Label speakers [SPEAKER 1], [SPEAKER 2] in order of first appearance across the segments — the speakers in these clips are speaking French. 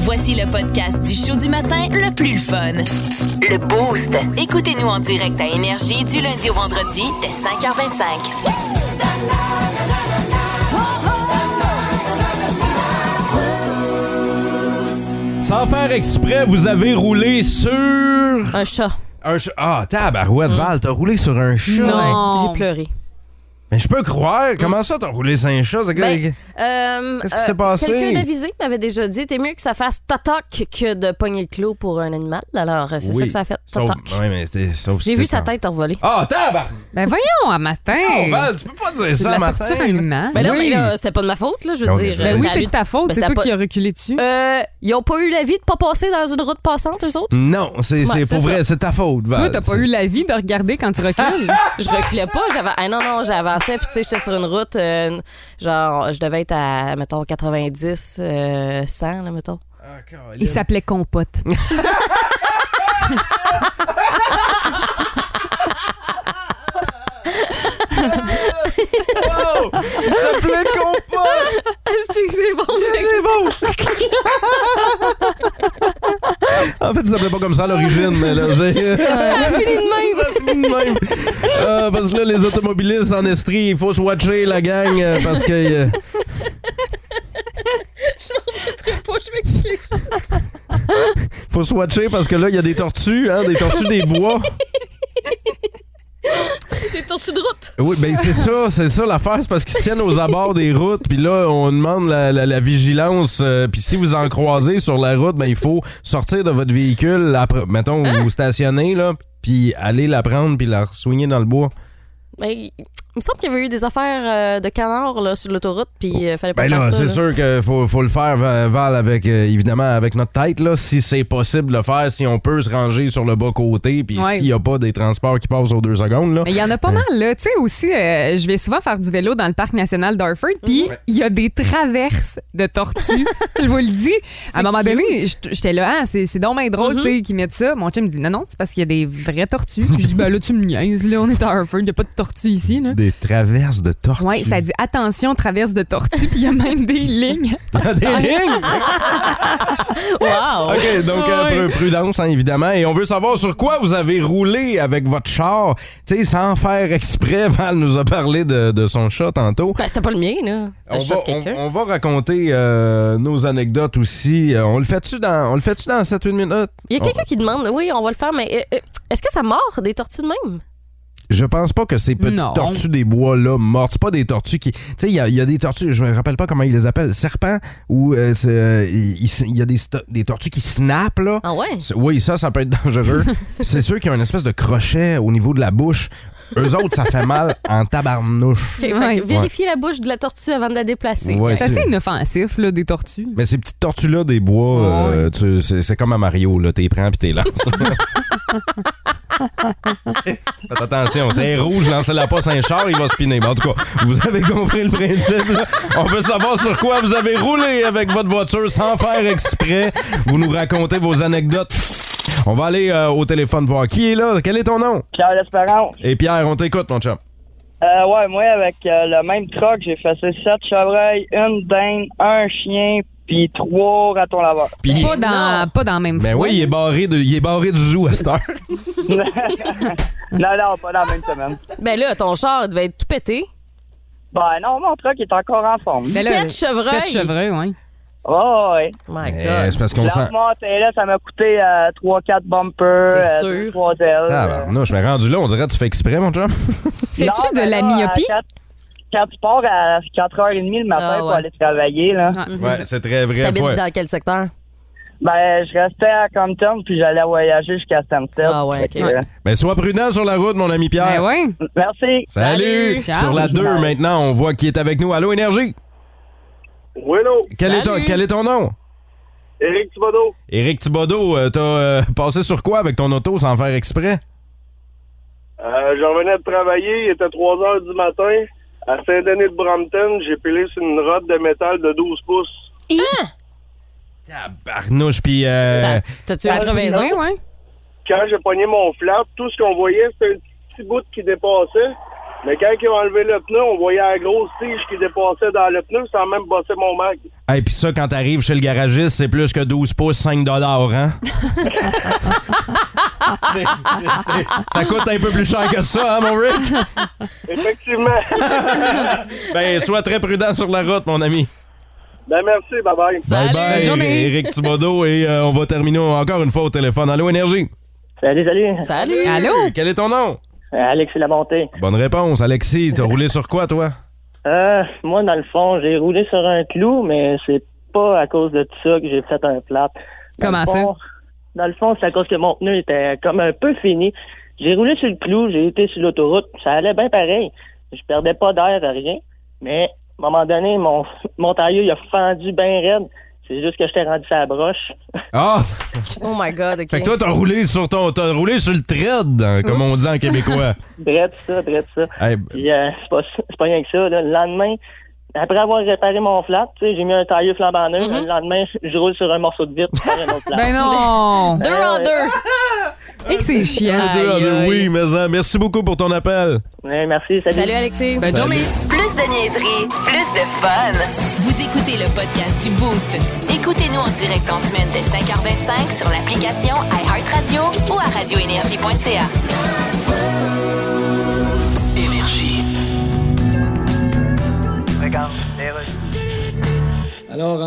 [SPEAKER 1] Voici le podcast du show du matin le plus le fun. Le Boost. Écoutez-nous en direct à Énergie du lundi au vendredi dès 5h25.
[SPEAKER 2] Sans faire exprès, vous avez roulé sur
[SPEAKER 3] Un chat.
[SPEAKER 2] un ch- Ah, tabarouette, Val, t'as roulé sur un chat.
[SPEAKER 3] Mm. Non.
[SPEAKER 1] Oh.
[SPEAKER 3] J'ai pleuré.
[SPEAKER 2] Mais je peux croire, comment ça t'as roulé sur un chat? C'est que-
[SPEAKER 3] Ben, euh,
[SPEAKER 2] Qu'est-ce qui
[SPEAKER 3] euh,
[SPEAKER 2] s'est passé?
[SPEAKER 3] Quelqu'un d'avisé m'avait déjà dit t'es mieux que ça fasse totoc que de pogner le clou pour un animal. Alors, euh, c'est
[SPEAKER 2] Oui.
[SPEAKER 3] ça que ça a fait.
[SPEAKER 2] Sauf-
[SPEAKER 3] Totoc.
[SPEAKER 2] ouais, mais c'était- sauf si
[SPEAKER 3] J'ai vu
[SPEAKER 2] c'était
[SPEAKER 3] sa
[SPEAKER 2] quand-
[SPEAKER 3] tête envoler.
[SPEAKER 2] Ah, tabarouette!
[SPEAKER 4] Ben voyons, à matin.
[SPEAKER 2] Oh, Val, tu peux pas dire
[SPEAKER 4] c'est de
[SPEAKER 2] ça,
[SPEAKER 4] la
[SPEAKER 2] matin.
[SPEAKER 4] torture à l'humain.
[SPEAKER 3] Mais Ben là,
[SPEAKER 2] Oui.
[SPEAKER 3] mais là, c'était pas de ma faute, là, je veux
[SPEAKER 2] Non, mais
[SPEAKER 3] dire.
[SPEAKER 2] je-
[SPEAKER 4] Ben
[SPEAKER 3] euh,
[SPEAKER 4] oui,
[SPEAKER 3] c'est à
[SPEAKER 4] c'est
[SPEAKER 3] lui
[SPEAKER 4] de ta faute.
[SPEAKER 3] Ben,
[SPEAKER 4] c'est
[SPEAKER 3] t'as
[SPEAKER 4] toi
[SPEAKER 3] pas-
[SPEAKER 4] qui as reculé dessus.
[SPEAKER 3] Euh, ils ont pas eu la vie de pas passer dans une route passante, eux autres.
[SPEAKER 2] Non, c'est
[SPEAKER 3] Ouais,
[SPEAKER 2] c'est
[SPEAKER 3] c'est
[SPEAKER 2] pour
[SPEAKER 3] ça.
[SPEAKER 2] vrai, c'est ta faute, Val.
[SPEAKER 4] Toi, t'as pas eu l'avis de regarder quand tu recules.
[SPEAKER 3] Je reculais pas, j'avais. Ah non, non, j'avançais, puis tu sais, j'étais sur une route, euh, genre, je devais être à, mettons, 90, euh, 100, là, mettons.
[SPEAKER 2] Ah, Caroline.
[SPEAKER 4] Il s'appelait Compote.
[SPEAKER 2] Wow! Il s'appelait compas!
[SPEAKER 3] c'est c'est bon.
[SPEAKER 2] C'est bon! en fait, il s'appelait pas comme ça à l'origine, mais là, c'est... même. Euh, parce que là, les automobilistes en Estrie, il faut se watcher, la gang, euh, parce que. euh, faut se watcher parce que là, il y a des tortues, hein, des tortues des bois.
[SPEAKER 3] Des tortues de route.
[SPEAKER 2] Oui, ben c'est ça, c'est ça l'affaire, c'est parce qu'ils tiennent aux abords des routes, puis là, on demande la, la- la vigilance, euh, puis si vous en croisez sur la route, ben il faut sortir de votre véhicule, la pre- mettons,
[SPEAKER 4] Hein?
[SPEAKER 2] vous stationner, là, puis aller la prendre, puis la soigner dans le bois.
[SPEAKER 3] Ben, il il me semble qu'il y avait eu des affaires euh, de canards là, sur l'autoroute, puis euh, fallait pas
[SPEAKER 2] Ben
[SPEAKER 3] faire
[SPEAKER 2] là,
[SPEAKER 3] ça.
[SPEAKER 2] c'est
[SPEAKER 3] là.
[SPEAKER 2] sûr qu'il faut, faut le faire, Va- Val, avec, euh, évidemment, avec notre tête, là, si c'est possible de le faire, si on peut se ranger sur le bas-côté, puis
[SPEAKER 4] Ouais.
[SPEAKER 2] s'il n'y a pas des transports qui passent aux deux secondes, là.
[SPEAKER 4] Mais il y en a pas mal, là. Tu sais, aussi, euh, je vais souvent faire du vélo dans le parc national d'Harford, puis il y a des traverses de tortues. je vous le dis. À un moment donné, j't- j'étais là, ah, c'est c'est donc bien drôle,
[SPEAKER 3] Mm-hmm.
[SPEAKER 4] tu sais, qu'ils mettent ça. Mon chum me dit, non, non, c'est parce qu'il y a des vraies tortues. Puis je dis, ben là, tu me niaises, là, on est à Harford, il n'y a pas de tortues ici, là.
[SPEAKER 2] Des traverses de tortues.
[SPEAKER 4] Ouais, ça dit attention, traverse de tortues, puis il y a même des lignes.
[SPEAKER 2] des
[SPEAKER 4] Ah,
[SPEAKER 2] lignes!
[SPEAKER 3] Wow!
[SPEAKER 2] OK, donc euh, pr- prudence, hein, évidemment. Et on veut savoir sur quoi vous avez roulé avec votre char. Tu sais, sans faire exprès, Val nous a parlé de, de son chat tantôt.
[SPEAKER 3] Ben, c'était pas le mien, là. C'était
[SPEAKER 2] On
[SPEAKER 3] le
[SPEAKER 2] va,
[SPEAKER 3] chat de
[SPEAKER 2] on,
[SPEAKER 3] quelqu'un.
[SPEAKER 2] on va raconter euh, nos anecdotes aussi. Euh, on le fait-tu dans, on le fait-tu dans 7-8 minutes?
[SPEAKER 3] Il y a quelqu'un qui demande, oui, on va le faire, mais euh, euh, est-ce que ça mord des tortues de même?
[SPEAKER 2] Je pense pas que ces petites
[SPEAKER 4] Non.
[SPEAKER 2] tortues des bois là mortes, c'est pas des tortues qui, tu sais, il y, a- il y a des tortues, je me rappelle pas comment ils les appellent, serpents ou euh, c'est, euh, il il- il y a des, sto- des tortues qui snappent là.
[SPEAKER 3] Ah ouais?
[SPEAKER 2] C'est- Oui, ça, ça peut être dangereux. c'est sûr qu'il y a une espèce de crochet au niveau de la bouche. Eux autres, ça fait mal en tabarnouche.
[SPEAKER 3] Ok, fait que
[SPEAKER 4] Ouais.
[SPEAKER 3] Vérifier la bouche de la tortue avant de la déplacer.
[SPEAKER 2] Ouais,
[SPEAKER 4] C'est assez inoffensif, là, des tortues.
[SPEAKER 2] Mais ces petites tortues-là des bois, euh, tu- c'est c'est comme à Mario, là. T'es prends puis t'es lance. C'est- Faites attention, c'est rouge, lancez-la pas sur un char, il va spinner. Mais en tout cas, vous avez compris le principe. là. On veut savoir sur quoi vous avez roulé avec votre voiture sans faire exprès. Vous nous racontez vos anecdotes. On va aller euh, au téléphone voir qui est là. Quel est ton nom?
[SPEAKER 5] Pierre l'Espérance.
[SPEAKER 2] Et Pierre, on t'écoute, mon chum.
[SPEAKER 5] Euh, ouais, moi, avec euh, le même truck, j'ai fessé sept chevreuils, une dinde, un chien, puis trois ratons laveurs.
[SPEAKER 2] Puis,
[SPEAKER 4] Pas dans, pas dans la même
[SPEAKER 2] ben
[SPEAKER 4] fois.
[SPEAKER 2] oui, il est, barré de, il est barré du zoo à cette heure.
[SPEAKER 5] non, non, pas dans la même semaine.
[SPEAKER 3] Ben là, ton char il devait être tout pété.
[SPEAKER 5] Ben non, mon truck est encore en forme.
[SPEAKER 4] Mais Ben là,
[SPEAKER 3] Sept chevreuils.
[SPEAKER 4] Sept chevreuils, oui.
[SPEAKER 5] Oh, ouais.
[SPEAKER 3] My
[SPEAKER 2] Eh,
[SPEAKER 3] God.
[SPEAKER 2] c'est parce qu'on sent.
[SPEAKER 5] Lancement là, ça m'a coûté euh, 3-4 bumpers,
[SPEAKER 3] C'est sûr.
[SPEAKER 5] 3 ailes.
[SPEAKER 2] Ah,
[SPEAKER 5] euh.
[SPEAKER 2] ben, non, je m'ai rendu là, on dirait que tu fais exprès, mon chum.
[SPEAKER 4] Fais-tu
[SPEAKER 5] Non,
[SPEAKER 4] de
[SPEAKER 5] ben
[SPEAKER 4] la
[SPEAKER 5] là, à
[SPEAKER 4] myopie?
[SPEAKER 5] quatre- Quand tu pars à 4h30 le matin
[SPEAKER 3] Ah,
[SPEAKER 5] pour
[SPEAKER 3] ouais.
[SPEAKER 5] aller travailler, là,
[SPEAKER 4] Ah, c'est ça.
[SPEAKER 2] Ouais, c'est très vrai.
[SPEAKER 3] T'habites
[SPEAKER 2] Ouais.
[SPEAKER 3] dans quel secteur?
[SPEAKER 5] ben, je restais à Compton puis j'allais voyager jusqu'à Stansted.
[SPEAKER 3] Ah ouais,
[SPEAKER 5] Fait
[SPEAKER 3] ok.
[SPEAKER 5] que, euh,
[SPEAKER 2] Ben, sois prudent sur la route, mon ami
[SPEAKER 4] Ben
[SPEAKER 2] Pierre.
[SPEAKER 4] ouais.
[SPEAKER 5] Merci.
[SPEAKER 2] Salut!
[SPEAKER 4] Salut.
[SPEAKER 2] Sur la 2
[SPEAKER 5] Bye.
[SPEAKER 2] maintenant, on voit qui est avec nous. Allô, Énergie?
[SPEAKER 6] Oui, non.
[SPEAKER 2] Quel, est ton,
[SPEAKER 3] Salut.
[SPEAKER 2] quel est ton nom?
[SPEAKER 6] Éric Thibodeau.
[SPEAKER 2] Éric Thibodeau, euh, t'as euh, passé sur quoi avec ton auto sans faire exprès?
[SPEAKER 6] Euh, je revenais de travailler, il était 3 heures du matin. À Saint-Denis de Brompton, j'ai pilé sur une rod de métal de 12 pouces.
[SPEAKER 2] Tabarnouche, puis... euh,
[SPEAKER 3] Ça- T'as-tu
[SPEAKER 4] Ah,
[SPEAKER 3] une crevaison?
[SPEAKER 4] Oui, oui.
[SPEAKER 6] Quand j'ai pogné mon flap, tout ce qu'on voyait, c'était un petit bout qui dépassait. Mais quand ils ont enlevé le pneu, on voyait la grosse tige qui dépassait dans le pneu sans même bosser mon mag.
[SPEAKER 2] Et puis ça, quand t'arrives chez le garagiste, c'est plus que 12 pouces, 5 hein? C'est- c'est- c'est- ça coûte un peu plus cher que ça, hein, mon Rick?
[SPEAKER 6] Effectivement.
[SPEAKER 2] Ben, sois très prudent sur la route, mon ami.
[SPEAKER 6] ben merci, bye bye.
[SPEAKER 2] Bye bye,
[SPEAKER 4] bonne journée.
[SPEAKER 2] Eric Thibodeau, et euh, on va terminer encore une fois au téléphone. Allô, Énergie?
[SPEAKER 7] Salut, salut.
[SPEAKER 3] Salut!
[SPEAKER 4] Allô?
[SPEAKER 2] Quel est ton nom?
[SPEAKER 7] Euh, Alex et la montée.
[SPEAKER 2] Bonne réponse, Alexis. T'as roulé sur quoi, toi?
[SPEAKER 7] Euh, moi, dans le fond, j'ai roulé sur un clou, mais c'est pas à cause de tout ça que j'ai fait un plat. Dans
[SPEAKER 4] Comment
[SPEAKER 7] le
[SPEAKER 4] ça?
[SPEAKER 7] fond- Dans le fond, c'est à cause que mon pneu était comme un peu fini. J'ai roulé sur le clou, j'ai été sur l'autoroute, ça allait bien pareil. Je perdais pas d'air, rien. Mais, à un moment donné, mon, mon tailleur, il a fendu bien raide. C'est juste que j'étais rendu sa broche.
[SPEAKER 2] Ah!
[SPEAKER 3] Oh my God, OK.
[SPEAKER 2] Fait que toi, t'as roulé sur ton. T'as roulé sur le thread, hein, comme on dit en québécois.
[SPEAKER 7] Drette ça, drette ça.
[SPEAKER 2] Hey,
[SPEAKER 7] Puis euh, c'est pas, c'est pas rien que ça. Là. Le lendemain, après avoir réparé mon flat, tu sais, j'ai mis un tailleur flambant neuf. Le lendemain, je roule sur un morceau de vitre sur un autre flat.
[SPEAKER 4] Ben non!
[SPEAKER 3] Deux
[SPEAKER 7] Ouais,
[SPEAKER 3] en
[SPEAKER 7] ouais.
[SPEAKER 3] deux!
[SPEAKER 4] Et que c'est chiant.
[SPEAKER 3] Aïe,
[SPEAKER 2] Ah,
[SPEAKER 3] aïe.
[SPEAKER 2] oui, mais hein, merci beaucoup pour ton appel.
[SPEAKER 7] Ouais, merci, salut.
[SPEAKER 3] Salut,
[SPEAKER 2] Ben,
[SPEAKER 3] Alexis!
[SPEAKER 4] Bonne journée.
[SPEAKER 1] Plus de niaiserie, plus de fun. Vous écoutez le podcast du Boost. Écoutez-nous en direct en semaine dès 5h25 sur l'application iHeartRadio ou à radioénergie.ca.
[SPEAKER 8] Alors,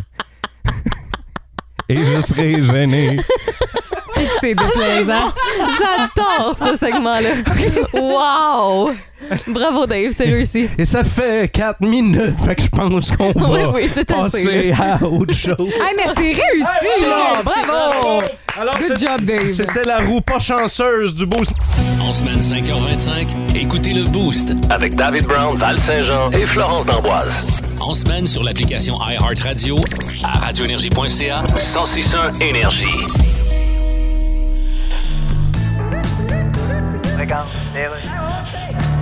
[SPEAKER 2] Et je serai gêné.
[SPEAKER 5] Ah,
[SPEAKER 4] C'est déplaisant.
[SPEAKER 3] J'adore ce segment-là. Wow! Bravo, Dave, c'est réussi.
[SPEAKER 2] Et ça fait 4 minutes, fait que je pense qu'on
[SPEAKER 3] Oui,
[SPEAKER 2] va
[SPEAKER 3] oui, c'est assez.
[SPEAKER 2] passer à autre chose.
[SPEAKER 4] Hey, mais c'est réussi,
[SPEAKER 5] Ah,
[SPEAKER 4] là. Bravo!
[SPEAKER 2] Alors,
[SPEAKER 4] Oh! Good
[SPEAKER 2] c'est-
[SPEAKER 4] job, Dave.
[SPEAKER 2] C'était la roue pas chanceuse du beau.
[SPEAKER 9] En semaine 5h25, écoutez le Boost.
[SPEAKER 10] Avec David Brown, Val Saint-Jean et Florence D'Amboise.
[SPEAKER 9] En semaine sur l'application iHeartRadio à radioénergie.ca.
[SPEAKER 10] 1061 Énergie.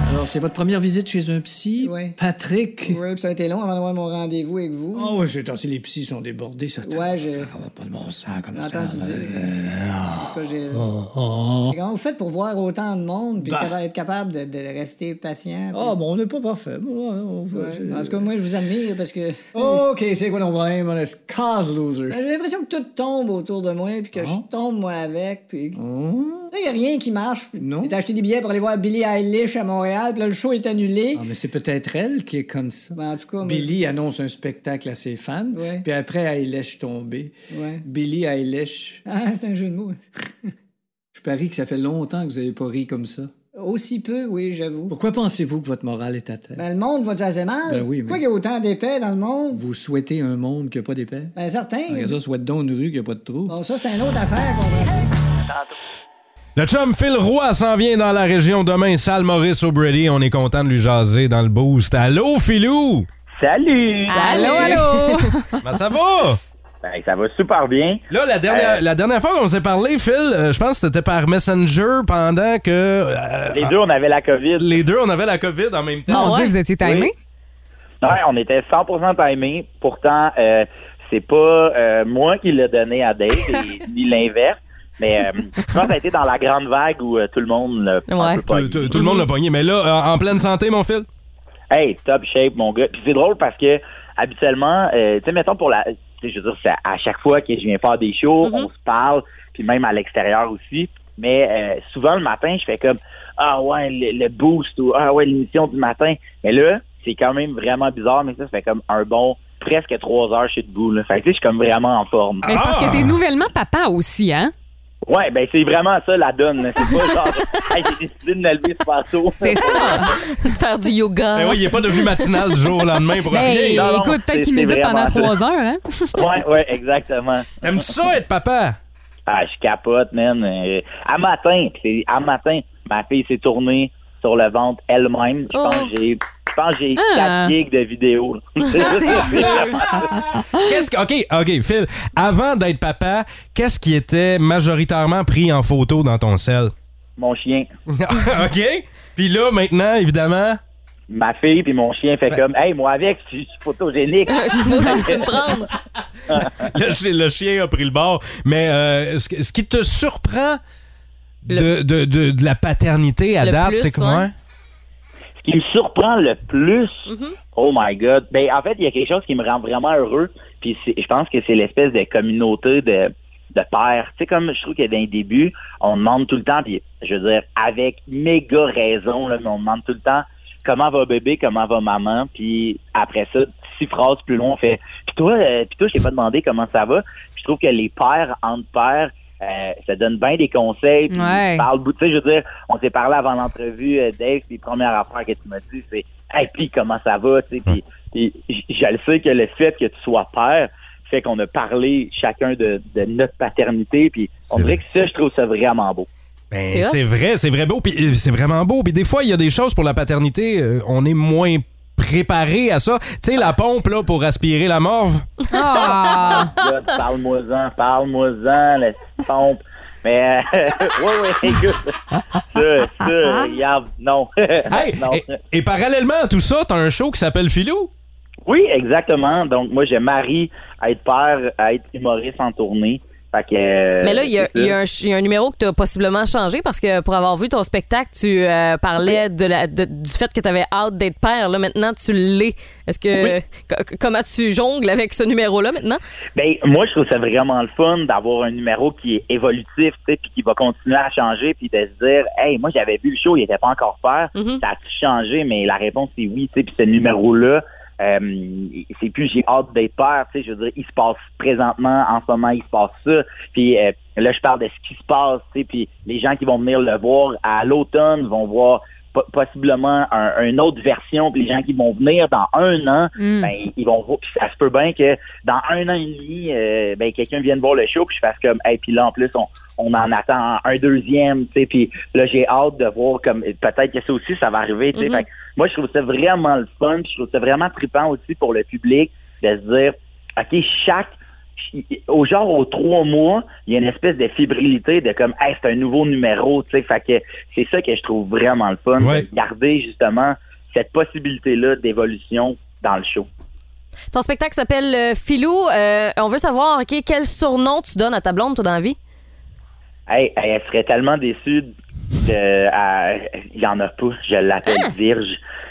[SPEAKER 8] Alors, c'est votre première visite chez un psy,
[SPEAKER 11] Ouais.
[SPEAKER 8] Patrick?
[SPEAKER 11] Ouais, puis ça a été long avant d'avoir mon rendez-vous avec vous.
[SPEAKER 8] Oh, oui, c'est si les psys sont débordés, ça
[SPEAKER 11] Ouais, je-
[SPEAKER 8] Ça va pas de bon sens comme
[SPEAKER 11] J'ai
[SPEAKER 8] ça.
[SPEAKER 11] entendu dire.
[SPEAKER 8] Euh,
[SPEAKER 11] En tout cas, j'ai-
[SPEAKER 8] oh, oh.
[SPEAKER 11] Comment vous faites pour voir autant de monde puis
[SPEAKER 8] Bah.
[SPEAKER 11] capa- être capable de, de rester patient? puis-
[SPEAKER 8] Ah, bon, on n'est pas parfait. Bon, on- on-
[SPEAKER 11] Ouais.
[SPEAKER 8] c'est- Oh.
[SPEAKER 11] En tout cas, moi, je vous admire parce que
[SPEAKER 8] OK, c'est quoi ton problème? On est cause loser.
[SPEAKER 11] Ben, j'ai l'impression que tout tombe autour de moi puis que
[SPEAKER 8] Oh.
[SPEAKER 11] je tombe moi avec. Puis... Là, il a rien qui marche.
[SPEAKER 8] Non.
[SPEAKER 11] J'ai acheté des billets pour aller voir Billie Eilish à Montréal puis là, le show est annulé.
[SPEAKER 8] Ah, mais c'est peut-être elle qui est comme ça.
[SPEAKER 11] Ben, en tout cas, moi-
[SPEAKER 8] Billy annonce un spectacle à ses fans,
[SPEAKER 11] Ouais.
[SPEAKER 8] puis après, elle lèche tomber.
[SPEAKER 11] Ouais.
[SPEAKER 8] Billy Eilish,
[SPEAKER 11] Ah, c'est un jeu de mots.
[SPEAKER 8] je parie que ça fait longtemps que vous n'avez pas ri comme ça.
[SPEAKER 11] Aussi peu, oui, j'avoue.
[SPEAKER 8] Pourquoi pensez-vous que votre morale est à terre?
[SPEAKER 11] Ben, le monde va-tu assez mal?
[SPEAKER 8] Ben oui, mais-
[SPEAKER 11] Pourquoi il y a autant d'épais dans le monde?
[SPEAKER 8] Vous souhaitez un monde qui n'a pas d'épais?
[SPEAKER 11] Ben, certain.
[SPEAKER 8] Ah, Regarde ça, souhaite donc une rue qui n'a pas de trou.
[SPEAKER 11] Bon, ça, c'est une autre affaire qu'on
[SPEAKER 2] Le chum Phil Roy s'en vient dans la région demain, salle Maurice O'Brady. On est content de lui jaser dans le boost. Allô, Philou?
[SPEAKER 5] Salut!
[SPEAKER 4] Allô, allô!
[SPEAKER 2] Comment ça va?
[SPEAKER 5] Ben, ça va super bien.
[SPEAKER 2] Là, la
[SPEAKER 5] Euh,
[SPEAKER 2] dernière, la dernière fois qu'on s'est parlé, Phil, euh, je pense que c'était par Messenger pendant que euh,
[SPEAKER 5] Les deux, on avait la COVID.
[SPEAKER 2] les deux, on avait la COVID en
[SPEAKER 5] Ah,
[SPEAKER 2] même temps.
[SPEAKER 4] Mon
[SPEAKER 3] ouais?
[SPEAKER 4] Dieu, vous étiez timés?
[SPEAKER 5] Ouais, on était 100% timés. Pourtant, euh, c'est pas euh, moi qui l'ai donné à Dave, et- ni l'inverse. Mais euh, je pense que ça a été dans la grande vague où euh, tout le monde l'a un
[SPEAKER 3] Ouais.
[SPEAKER 5] peu pogné.
[SPEAKER 2] Tout, tout- tout le monde l'a pogné. Mais là, euh, en en pleine santé, mon Phil?
[SPEAKER 5] Hey, top shape, mon gars. Puis c'est drôle parce que habituellement, euh, tu sais, mettons pour la. tu sais, Je veux dire, c'est à- à chaque fois que je viens faire des shows, on se parle, puis même à l'extérieur aussi. Mais euh, souvent le matin, je fais comme Ah ouais, le, le boost ou Ah ouais, l'émission du matin. Mais là, c'est quand même vraiment bizarre, mais ça, ça fait comme un bon presque trois heures chez debout. Là. Fait que tu sais, je suis comme vraiment en forme.
[SPEAKER 4] Mais c'est parce que t'es nouvellement papa aussi, hein?
[SPEAKER 5] Ouais, ben c'est vraiment ça la donne. là. C'est pas genre Hey, j'ai décidé de me lever super tôt.
[SPEAKER 4] C'est
[SPEAKER 5] Ah,
[SPEAKER 4] ça.
[SPEAKER 3] Faire du yoga.
[SPEAKER 2] Ben oui, il est pas devenu matinal du jour au lendemain pour
[SPEAKER 4] Ben,
[SPEAKER 2] rien.
[SPEAKER 5] bah, non,
[SPEAKER 4] écoute,
[SPEAKER 5] c'est-
[SPEAKER 4] peut-être qu'il
[SPEAKER 5] c'est
[SPEAKER 4] médite pendant
[SPEAKER 5] vraiment ça.
[SPEAKER 4] trois heures, hein?
[SPEAKER 5] Ouais, ouais, exactement.
[SPEAKER 2] T'aimes-tu ça être papa?
[SPEAKER 5] Ah, je capote, man. Euh, à matin, pis c'est à matin, ma fille s'est tournée sur le ventre elle-même. Je pense
[SPEAKER 3] Oh.
[SPEAKER 5] que j'ai, je pense que j'ai
[SPEAKER 4] Ah.
[SPEAKER 5] quatre gigs de vidéos.
[SPEAKER 3] C'est sûr.
[SPEAKER 2] Qu'est-ce que. OK, OK, Phil, avant d'être papa, qu'est-ce qui était majoritairement pris en photo dans ton sel?
[SPEAKER 5] mon chien,
[SPEAKER 2] OK? Puis là, maintenant, évidemment.
[SPEAKER 5] ma fille puis mon chien fait comme, hey, moi avec, je suis je suis photogénique.
[SPEAKER 3] Moi aussi, tu peux me prendre.
[SPEAKER 2] le, chi- le chien a pris le bord. Mais euh, ce, que- ce qui te surprend de, de, de, de la paternité à
[SPEAKER 5] Le
[SPEAKER 2] date,
[SPEAKER 5] plus,
[SPEAKER 2] c'est comment?
[SPEAKER 5] ouais. Ce qui me surprend le plus, oh my God, ben en fait, il y a quelque chose qui me rend vraiment heureux. Puis c'est- je pense que c'est l'espèce de communauté de de pères. Tu sais, comme je trouve que d'un début, on demande tout le temps, puis je veux dire, avec méga raison, là, mais on demande tout le temps comment va bébé, comment va maman, puis après ça, six phrases plus loin, on fait Puis toi, euh, puis toi, je t'ai pas demandé comment ça va. Puis je trouve que les pères entre pères, euh, ça donne bien des conseils, puis
[SPEAKER 4] Ouais.
[SPEAKER 5] ils parlent bout. Tu sais, je veux dire, on s'est parlé avant l'entrevue, euh, Dave, puis première affaire que tu m'as dit, c'est Hey, puis comment ça va, tu sais, puis puis j- je le sais que le fait que tu sois père fait qu'on a parlé chacun de, de notre paternité, puis on dirait que ça, je trouve ça vraiment beau.
[SPEAKER 2] Ben, c'est vrai, c'est vrai beau, puis euh, c'est vraiment beau. Puis des fois, il y a des choses pour la paternité, euh, on est moins préparé à ça. Tu sais, la pompe là pour aspirer la morve.
[SPEAKER 4] Ah!
[SPEAKER 5] God, Parle-moi-en, parle-moi-en, la petite pompe. Mais, euh, ouais, ouais, écoute, ça, ça, regarde, non.
[SPEAKER 2] Hey,
[SPEAKER 5] non.
[SPEAKER 2] Et parallèlement à tout ça, t'as un show qui s'appelle Filou.
[SPEAKER 5] Oui, exactement. Donc, moi, je marie à être père, à être humoriste en tournée. Fait que, euh,
[SPEAKER 3] Mais là, il y, a-
[SPEAKER 5] c'est
[SPEAKER 3] il y
[SPEAKER 5] ça.
[SPEAKER 3] a un ch- il y a un numéro que tu as possiblement changé parce que pour avoir vu ton spectacle, tu euh, parlais de la, de- du fait que tu avais hâte d'être père. Là, maintenant, tu l'es. Est-ce que. co- Comment tu jongles avec ce numéro-là maintenant?
[SPEAKER 5] Ben, moi, je trouve ça vraiment le fun d'avoir un numéro qui est évolutif, tu sais, puis qui va continuer à changer, puis de se dire, hey, moi, j'avais vu le show, il n'était pas encore peur, ça a changé, mais la réponse c'est oui, tu sais, puis ce numéro-là, euh, c'est plus j'ai hâte d'être peur, tu sais, je veux dire, il se passe présentement, en ce moment, il se passe ça, puis euh, là, je parle de ce qui se passe, tu sais, puis les gens qui vont venir le voir à l'automne vont voir po- possiblement un- une autre version, puis les gens qui vont venir dans un an,
[SPEAKER 12] Mm.
[SPEAKER 4] Hmm.
[SPEAKER 5] ben, ben, ils vont voir. Puis ça se peut bien que dans un an et demi, euh, ben, quelqu'un vienne voir le show, puis je fasse comme, hey, puis là, en plus, on, on en attend un deuxième, tu sais, puis là, j'ai hâte de voir comme, peut-être que ça aussi, ça va arriver, tu sais.
[SPEAKER 12] Mhm.
[SPEAKER 5] Fait que Moi, je trouve ça vraiment le fun, puis je trouve ça vraiment trippant aussi pour le public de se dire, OK, chaque, au genre, aux trois mois, il y a une espèce de fébrilité de comme, hey, c'est un nouveau numéro, tu sais. Fait que c'est ça que je trouve vraiment le fun,
[SPEAKER 2] Ouais.
[SPEAKER 5] de garder justement cette possibilité-là d'évolution dans le show.
[SPEAKER 3] Ton spectacle s'appelle euh, Filou. Euh, on veut savoir, OK, quel surnom tu donnes à ta blonde, toi, dans la vie?
[SPEAKER 5] Hey, elle serait tellement déçue de. à- Il y en a pas. Je l'appelle Virge.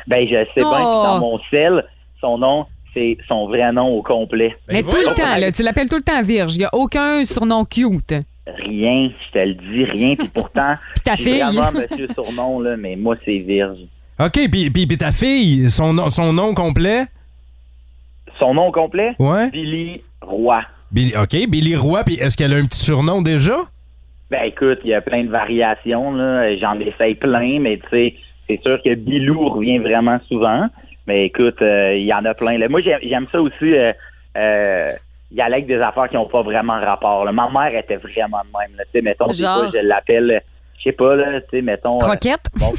[SPEAKER 5] Ben, je sais bien que
[SPEAKER 4] Oh.
[SPEAKER 5] dans mon sel, son nom, c'est son vrai nom au complet.
[SPEAKER 2] Ben,
[SPEAKER 4] Mais tout le temps, là, tu l'appelles tout le temps Virge. Il n'y a aucun surnom cute.
[SPEAKER 5] Rien, je te le dis, rien. Puis pourtant,
[SPEAKER 4] ta
[SPEAKER 5] je suis
[SPEAKER 4] fille.
[SPEAKER 5] vraiment monsieur surnom, là, mais moi, c'est Virge.
[SPEAKER 2] OK, puis, puis, puis ta fille, son, nom- son nom complet?
[SPEAKER 5] Son nom complet?
[SPEAKER 2] Ouais.
[SPEAKER 5] Billy Roy.
[SPEAKER 2] Billy- OK, Billy Roy, puis est-ce qu'elle a un petit surnom déjà?
[SPEAKER 5] Ben, écoute, il y a plein de variations, là. J'en essaye plein, mais tu sais, c'est sûr que Bilou revient vraiment souvent. Mais écoute, euh, il y en a plein. Là. Moi, j'aime- j'aime ça aussi. euh, euh, il y a avec des affaires qui n'ont pas vraiment rapport. là. Ma mère était vraiment de même. là. Tu sais, mettons, des
[SPEAKER 4] Genre?
[SPEAKER 5] fois, je l'appelle, euh, je sais pas, là, tu sais, mettons. euh,
[SPEAKER 4] Croquette?
[SPEAKER 5] mon,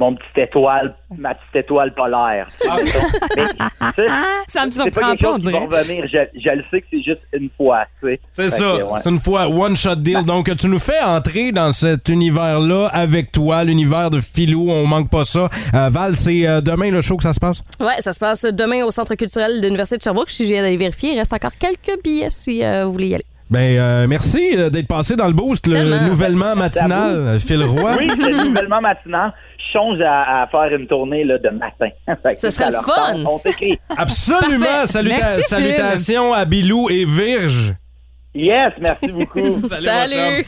[SPEAKER 5] mon petite étoile, ma petite étoile polaire. tu sais, mettons. Mais, tu sais,
[SPEAKER 4] Ça me
[SPEAKER 5] c'est
[SPEAKER 4] surprend
[SPEAKER 5] quelque
[SPEAKER 4] pas,
[SPEAKER 5] chose
[SPEAKER 4] on
[SPEAKER 5] qui va
[SPEAKER 4] dirait.
[SPEAKER 5] revenir. Je, je le sais que c'est juste une fois, tu sais.
[SPEAKER 2] C'est
[SPEAKER 5] Fait
[SPEAKER 2] ça,
[SPEAKER 5] que, ouais. Bah.
[SPEAKER 2] c'est une fois one shot deal. Donc, tu nous fais entrer dans cet univers-là avec toi, l'univers de Philou, on manque pas ça. Euh, Val, c'est euh, demain le show que ça se passe?
[SPEAKER 3] Ouais, ça se passe demain au Centre culturel de l'Université de Sherbrooke. Je viens d'aller vérifier. Il reste encore quelques billets si euh, vous voulez y aller.
[SPEAKER 2] Ben, euh, merci euh, d'être passé dans le boost, le nouvellement matinal, Phil Roy.
[SPEAKER 5] Oui, c'est nouvellement matinal. Je songe à, à faire une tournée là, de matin. Fait que
[SPEAKER 2] Ce
[SPEAKER 5] si
[SPEAKER 2] serait le
[SPEAKER 5] leur
[SPEAKER 2] fun.
[SPEAKER 5] tente, On t'écrit.
[SPEAKER 2] Absolument! Saluta-
[SPEAKER 5] Merci, Phil.
[SPEAKER 2] salutations à Bilou et Virge.
[SPEAKER 5] Yes, merci beaucoup.
[SPEAKER 2] Salut, mon Salut.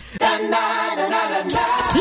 [SPEAKER 2] chum.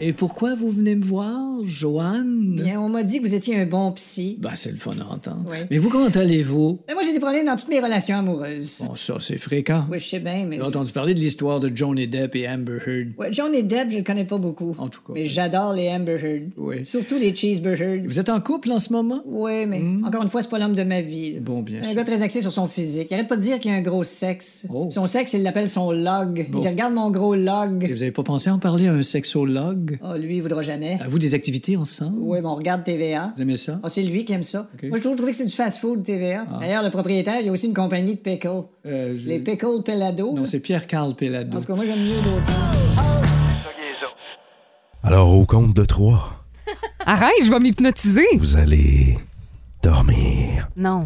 [SPEAKER 11] Et pourquoi vous venez me voir, Joanne? Bien, on m'a dit que vous étiez un bon psy.
[SPEAKER 8] Ben, c'est le fun à entendre.
[SPEAKER 11] Oui.
[SPEAKER 8] Mais vous, comment allez-vous?
[SPEAKER 11] Mais moi, j'ai des problèmes dans toutes mes relations amoureuses.
[SPEAKER 8] Bon, ça, c'est fréquent.
[SPEAKER 11] Oui, je sais bien, mais...
[SPEAKER 8] J'ai entendu parler de l'histoire de Johnny Depp et Amber Heard.
[SPEAKER 11] Ouais, John et Deb, je le connais pas beaucoup. En tout cas. Mais j'adore les Amber Heard.
[SPEAKER 8] Oui.
[SPEAKER 11] Surtout les Cheeseburger Heard.
[SPEAKER 8] Vous êtes en couple en ce moment?
[SPEAKER 11] Oui, mais encore une fois, c'est pas l'homme de ma vie. là.
[SPEAKER 8] Hmm. Bon, bien
[SPEAKER 11] un
[SPEAKER 8] sûr. Oh.
[SPEAKER 11] gars très axé sur son physique. Il arrête pas de dire qu'il a un gros sexe. Son sexe, il l'appelle son log.
[SPEAKER 8] Bon.
[SPEAKER 11] Il dit Regarde mon gros log.
[SPEAKER 8] Et vous avez pas pensé en parler à un sexologue? ensemble?
[SPEAKER 11] Ah, lui, il voudra jamais.
[SPEAKER 8] Avez-vous des activités ensemble?
[SPEAKER 11] Oui, mais on regarde TVA.
[SPEAKER 8] Vous aimez ça?
[SPEAKER 11] Ah, c'est lui qui aime ça.
[SPEAKER 8] Ok. Ah.
[SPEAKER 11] Moi, je trouve, trouvais que c'est du fast-food, TVA. D'ailleurs, le propriétaire, il y a aussi une compagnie de pickles.
[SPEAKER 8] Euh, je-
[SPEAKER 11] Les pickles Pelado.
[SPEAKER 8] Non, c'est Pierre-Carl Pellado.
[SPEAKER 11] En tout cas, moi, j'aime mieux d'autres.
[SPEAKER 2] Alors, au compte de trois,
[SPEAKER 4] Arrête, je vais m'hypnotiser.
[SPEAKER 2] vous allez dormir.
[SPEAKER 4] Non.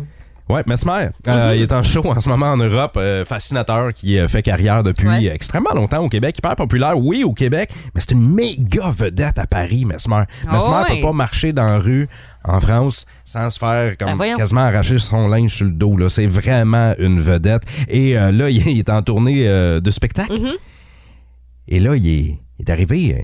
[SPEAKER 2] Ouais, Mesmer, euh,
[SPEAKER 12] Mhm.
[SPEAKER 2] il est en show en ce moment en Europe, euh, fascinateur qui euh, fait carrière depuis extrêmement longtemps au Québec, hyper populaire, oui, au Québec, mais c'est une méga vedette à Paris, Mesmer.
[SPEAKER 12] Ah
[SPEAKER 2] Mesmer
[SPEAKER 12] ouais.
[SPEAKER 2] peut pas marcher dans la rue en France sans se faire
[SPEAKER 12] Ben
[SPEAKER 2] comme
[SPEAKER 12] voyons.
[SPEAKER 2] quasiment arracher son linge sur le dos. là. C'est vraiment une vedette. Et euh, là, il est en tournée euh, de spectacle.
[SPEAKER 12] Mhm.
[SPEAKER 2] Et là, il est, il est arrivé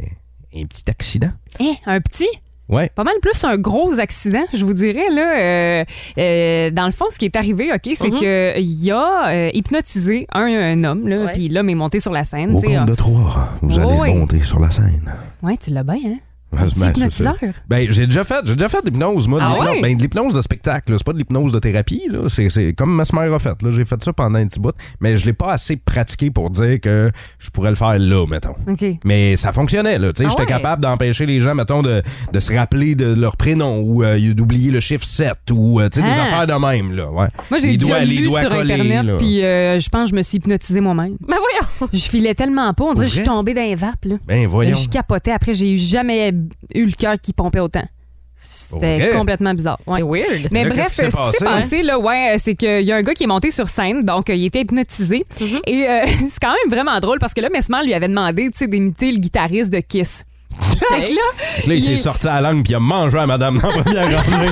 [SPEAKER 2] euh, un petit accident.
[SPEAKER 4] Eh, un petit?
[SPEAKER 2] Ouais.
[SPEAKER 4] Pas mal plus un gros accident, je vous dirais. Là, Euh, euh, dans le fond, ce qui est arrivé, OK, c'est
[SPEAKER 12] Mhm.
[SPEAKER 4] qu'il a euh, hypnotisé un, un homme, là, puis l'homme est monté sur la scène.
[SPEAKER 2] Au
[SPEAKER 4] tu sais,
[SPEAKER 2] compte de
[SPEAKER 4] ah.
[SPEAKER 2] trois, vous allez
[SPEAKER 4] Oui.
[SPEAKER 2] monter sur la scène.
[SPEAKER 4] Ouais, tu l'as bien, hein?
[SPEAKER 2] Ben,
[SPEAKER 4] Petit
[SPEAKER 2] ben, c'est
[SPEAKER 4] hypnotiseur.
[SPEAKER 2] ça. Ben, j'ai déjà fait, j'ai déjà fait de l'hypnose, moi. de
[SPEAKER 4] Ah
[SPEAKER 2] l'hypnose-
[SPEAKER 4] ouais?
[SPEAKER 2] ben, de l'hypnose de spectacle, là. c'est pas de l'hypnose de thérapie, là. C'est, c'est comme ma sœur a fait, là. J'ai fait ça pendant un petit bout, mais je l'ai pas assez pratiqué pour dire que je pourrais le faire là, mettons.
[SPEAKER 4] OK.
[SPEAKER 2] Mais ça fonctionnait, là. Tu sais,
[SPEAKER 4] Ah
[SPEAKER 2] j'étais
[SPEAKER 4] ouais?
[SPEAKER 2] capable d'empêcher les gens, mettons, de, de se rappeler de leur prénom ou euh, d'oublier le chiffre 7 ou, euh, tu sais, des
[SPEAKER 4] Ah.
[SPEAKER 2] affaires de même, là. Ouais.
[SPEAKER 4] Moi, j'ai
[SPEAKER 2] Les
[SPEAKER 4] déjà
[SPEAKER 2] doigts- les
[SPEAKER 4] lu
[SPEAKER 2] doigts
[SPEAKER 4] sur
[SPEAKER 2] collés,
[SPEAKER 4] Internet,
[SPEAKER 2] là.
[SPEAKER 4] puis euh, je pense que je me suis hypnotisée moi-même.
[SPEAKER 3] Ben voyons!
[SPEAKER 4] Je filais tellement pas, on dirait que je suis
[SPEAKER 2] vrai?
[SPEAKER 4] tombée dans les vapes, là.
[SPEAKER 2] Ben, voyons.
[SPEAKER 4] Je capotais. Après, j'ai eu jamais eu le cœur qui pompait autant. C'était
[SPEAKER 2] Pour vrai?
[SPEAKER 4] complètement bizarre. Ouais.
[SPEAKER 3] C'est weird.
[SPEAKER 4] Mais
[SPEAKER 2] Là,
[SPEAKER 4] bref,
[SPEAKER 2] qu'est-ce qui s'est
[SPEAKER 4] ce qui s'est
[SPEAKER 2] passé?
[SPEAKER 4] passé, là, ouais, c'est qu'il y a un gars qui est monté sur scène, donc euh, il était hypnotisé.
[SPEAKER 3] Mm-hmm.
[SPEAKER 4] Et euh, c'est quand même vraiment drôle parce que là, Messman lui avait demandé, tu sais, d'imiter le guitariste de Kiss. Fait que là,
[SPEAKER 2] Fait que là, il,
[SPEAKER 4] il
[SPEAKER 2] s'est
[SPEAKER 4] est-
[SPEAKER 2] sorti à la langue puis il a mangé à madame dans la première rangée.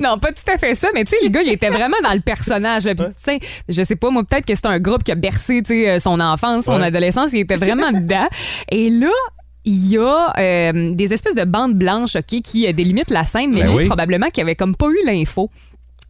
[SPEAKER 4] non, pas tout à fait ça, mais tu sais, le gars, il était vraiment dans le personnage. là. Puis, tu sais, je sais pas, moi, peut-être que c'est un groupe qui a bercé, tu sais, euh, son enfance, son
[SPEAKER 3] Ouais.
[SPEAKER 4] adolescence, il était vraiment dedans. Et là, il y a euh, des espèces de bandes blanches, OK, qui euh, délimitent la scène, mais
[SPEAKER 3] Ben
[SPEAKER 4] lui,
[SPEAKER 3] oui.
[SPEAKER 4] probablement qu'il avait comme pas eu l'info.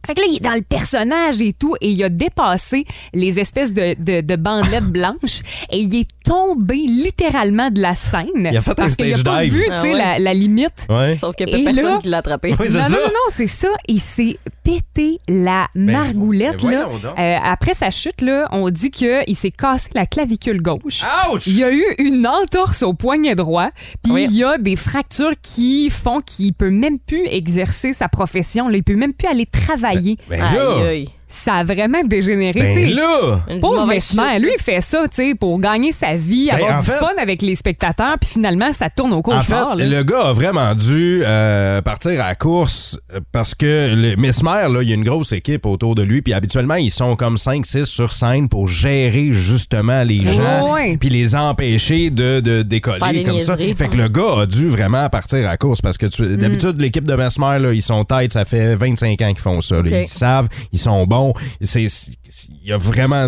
[SPEAKER 4] Fait que là, il est dans le personnage et tout, et il a dépassé les espèces de, de, de bandelettes blanches, et il est tombé littéralement de la scène.
[SPEAKER 2] Il a fait un
[SPEAKER 4] parce qu'il a
[SPEAKER 2] stage
[SPEAKER 4] pas
[SPEAKER 2] dive.
[SPEAKER 4] vu, tu sais,
[SPEAKER 2] Ah ouais.
[SPEAKER 4] la, la limite.
[SPEAKER 2] Ouais.
[SPEAKER 3] Sauf qu'il n'y a
[SPEAKER 4] Et
[SPEAKER 3] pas personne
[SPEAKER 4] là-
[SPEAKER 3] qui l'a attrapé.
[SPEAKER 4] non, non, non, non, c'est ça. Il s'est pété la
[SPEAKER 2] Ben,
[SPEAKER 4] margoulette.
[SPEAKER 3] mais
[SPEAKER 4] là.
[SPEAKER 3] voyons donc.
[SPEAKER 4] Euh, après sa chute, là, on dit qu'il s'est cassé la clavicule gauche.
[SPEAKER 2] Ouch!
[SPEAKER 4] Il y a eu une entorse au poignet droit. Puis il y a des fractures qui font qu'il peut même plus exercer sa profession. Là, il peut même plus aller travailler.
[SPEAKER 2] Ben- ben là! Aïe, aïe.
[SPEAKER 4] Ça a vraiment dégénéré.
[SPEAKER 2] Ben
[SPEAKER 4] tu sais.
[SPEAKER 2] là! Une
[SPEAKER 4] Pauvre
[SPEAKER 2] mauvaise
[SPEAKER 4] Mesmer, lui, il fait ça tu sais, pour gagner sa vie,
[SPEAKER 2] Ben,
[SPEAKER 4] avoir
[SPEAKER 2] en
[SPEAKER 4] du
[SPEAKER 2] fait-
[SPEAKER 4] fun avec les spectateurs, puis finalement, ça tourne au
[SPEAKER 2] En
[SPEAKER 4] cauchemar.
[SPEAKER 2] fait,
[SPEAKER 4] là.
[SPEAKER 2] le gars a vraiment dû euh, partir à la course euh, parce que le Mesmer, là, il y a une grosse équipe autour de lui. Puis habituellement, ils sont comme 5-6 sur scène pour gérer justement les gens
[SPEAKER 4] Ouais.
[SPEAKER 2] puis les empêcher de, de
[SPEAKER 3] Faire des
[SPEAKER 2] décoller comme ça.
[SPEAKER 3] niaiseries.
[SPEAKER 2] Fait que le gars a dû vraiment partir à la course parce que tu-
[SPEAKER 4] Mm.
[SPEAKER 2] d'habitude, l'équipe de Mesmer, là, ils sont têtes, ça fait 25 ans qu'ils font ça. là.
[SPEAKER 3] Ok.
[SPEAKER 2] Ils savent, ils sont bons. C'est, c'est- il a vraiment...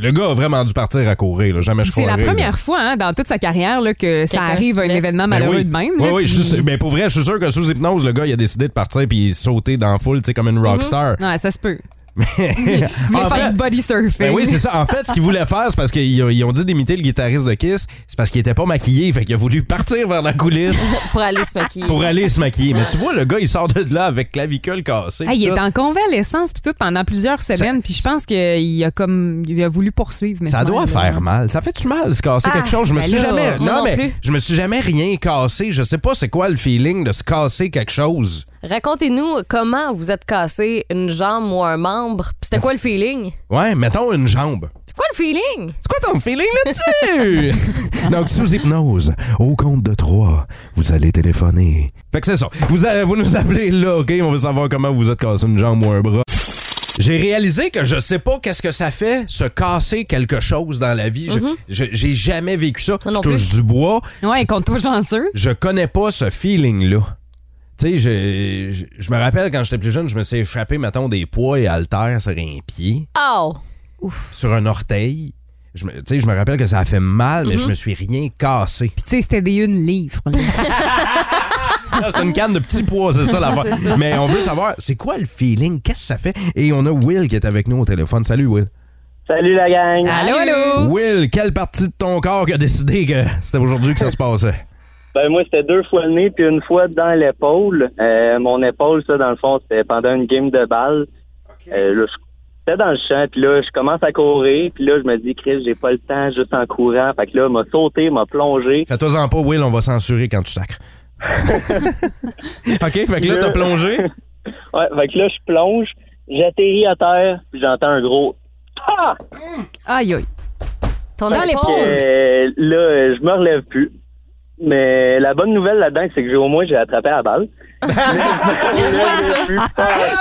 [SPEAKER 2] Le gars a vraiment dû partir à courir. là. Jamais je
[SPEAKER 4] C'est la
[SPEAKER 2] croirais, là.
[SPEAKER 4] première fois hein, dans toute sa carrière là, que ça
[SPEAKER 3] Quelqu'un
[SPEAKER 4] arrive
[SPEAKER 3] se
[SPEAKER 4] à un
[SPEAKER 3] blesse.
[SPEAKER 4] événement
[SPEAKER 2] Ben
[SPEAKER 4] malheureux
[SPEAKER 2] oui.
[SPEAKER 4] de même.
[SPEAKER 2] Oui,
[SPEAKER 4] là,
[SPEAKER 2] oui,
[SPEAKER 4] puis-
[SPEAKER 2] je suis sûr- ben, pour vrai, je suis sûr que sous hypnose, le gars, il a décidé de partir puis sauter dans la foule, tu sais, comme
[SPEAKER 4] Mm-hmm.
[SPEAKER 2] une rockstar.
[SPEAKER 4] Ouais, ça se peut.
[SPEAKER 2] Mais
[SPEAKER 4] Il voulait
[SPEAKER 2] en
[SPEAKER 4] faire
[SPEAKER 2] fait-
[SPEAKER 4] du body surfing.
[SPEAKER 2] ben oui, c'est ça. En fait, ce qu'il voulait faire, c'est parce qu'ils ont- ils ont dit d'imiter le guitariste de Kiss, c'est parce qu'il était pas maquillé, fait qu'il a voulu partir vers la coulisse
[SPEAKER 3] Pour aller se maquiller.
[SPEAKER 2] pour aller se maquiller. Mais tu vois, le gars, il sort de là avec clavicule cassée.
[SPEAKER 4] Hey, il
[SPEAKER 2] tout.
[SPEAKER 4] est en convalescence puis tout pendant plusieurs semaines, puis je pense qu'il a comme il a voulu poursuivre. mais
[SPEAKER 2] Ça
[SPEAKER 4] c'est
[SPEAKER 2] doit
[SPEAKER 4] mal, là.
[SPEAKER 2] faire mal. Ça fait-tu mal se casser
[SPEAKER 4] Ah,
[SPEAKER 2] quelque chose? Je me
[SPEAKER 4] ben
[SPEAKER 2] suis
[SPEAKER 4] là,
[SPEAKER 2] jamais.
[SPEAKER 4] moi non
[SPEAKER 2] mais
[SPEAKER 4] plus.
[SPEAKER 2] je me suis jamais rien cassé. Je sais pas c'est quoi le feeling de se casser quelque chose.
[SPEAKER 3] Racontez-nous comment vous êtes cassé une jambe ou un membre. puis C'était quoi le feeling?
[SPEAKER 2] Ouais, mettons une jambe.
[SPEAKER 3] C'est quoi le feeling?
[SPEAKER 2] C'est quoi ton feeling là-dessus? Donc, sous hypnose, au compte de trois, vous allez téléphoner. Fait que c'est ça. Vous, allez- vous nous appelez là, OK? On veut savoir comment vous êtes cassé une jambe ou un bras. J'ai réalisé que je sais pas qu'est-ce que ça fait se casser quelque chose dans la vie. Je- je- J'ai jamais vécu ça. Je touche du bois.
[SPEAKER 4] Ouais, compte-toi chanceux.
[SPEAKER 2] Je connais pas ce feeling-là. Tu sais, je, je, je me rappelle quand j'étais plus jeune, je me suis échappé, mettons, des poids et haltères sur un pied
[SPEAKER 3] Oh!
[SPEAKER 2] sur un orteil. Je me, tu sais, je me rappelle que ça a fait mal, mais
[SPEAKER 4] Mhm.
[SPEAKER 2] je me suis rien cassé.
[SPEAKER 4] Puis tu sais, c'était des une livres. là.
[SPEAKER 2] Là, Ah, c'est une canne de petits pois, c'est ça l'affaire.
[SPEAKER 4] C'est ça.
[SPEAKER 2] Mais on veut savoir, c'est quoi le feeling? Qu'est-ce que ça fait? Et on a Will qui est avec nous au téléphone. Salut, Will.
[SPEAKER 5] Salut la gang.
[SPEAKER 4] Allô, allô.
[SPEAKER 2] Will, quelle partie de ton corps qui a décidé que c'était aujourd'hui que ça se passait?
[SPEAKER 5] Ben moi c'était deux fois le nez puis une fois dans l'épaule. Euh, mon épaule ça dans le fond c'était pendant une game de balle. Euh, là, je
[SPEAKER 12] j'étais dans le champ, puis là, je commence à courir, puis là, je me dis, Chris, j'ai pas le temps juste en courant. Fait que là, m'a sauté, m'a plongé.
[SPEAKER 2] Fais-toi-en pas, Will, on va censurer quand tu sacres. OK, fait que là, t'as plongé.
[SPEAKER 12] Ouais, fait que là, je plonge, j'atterris à terre, puis j'entends un gros Ah!
[SPEAKER 4] Aïe, aïe. Ton
[SPEAKER 12] Fait
[SPEAKER 2] Oh!
[SPEAKER 4] épaule.
[SPEAKER 12] que, euh, là, euh, je me relève plus. Mais la bonne nouvelle là-dedans, c'est que j'ai- au moins, j'ai attrapé la balle.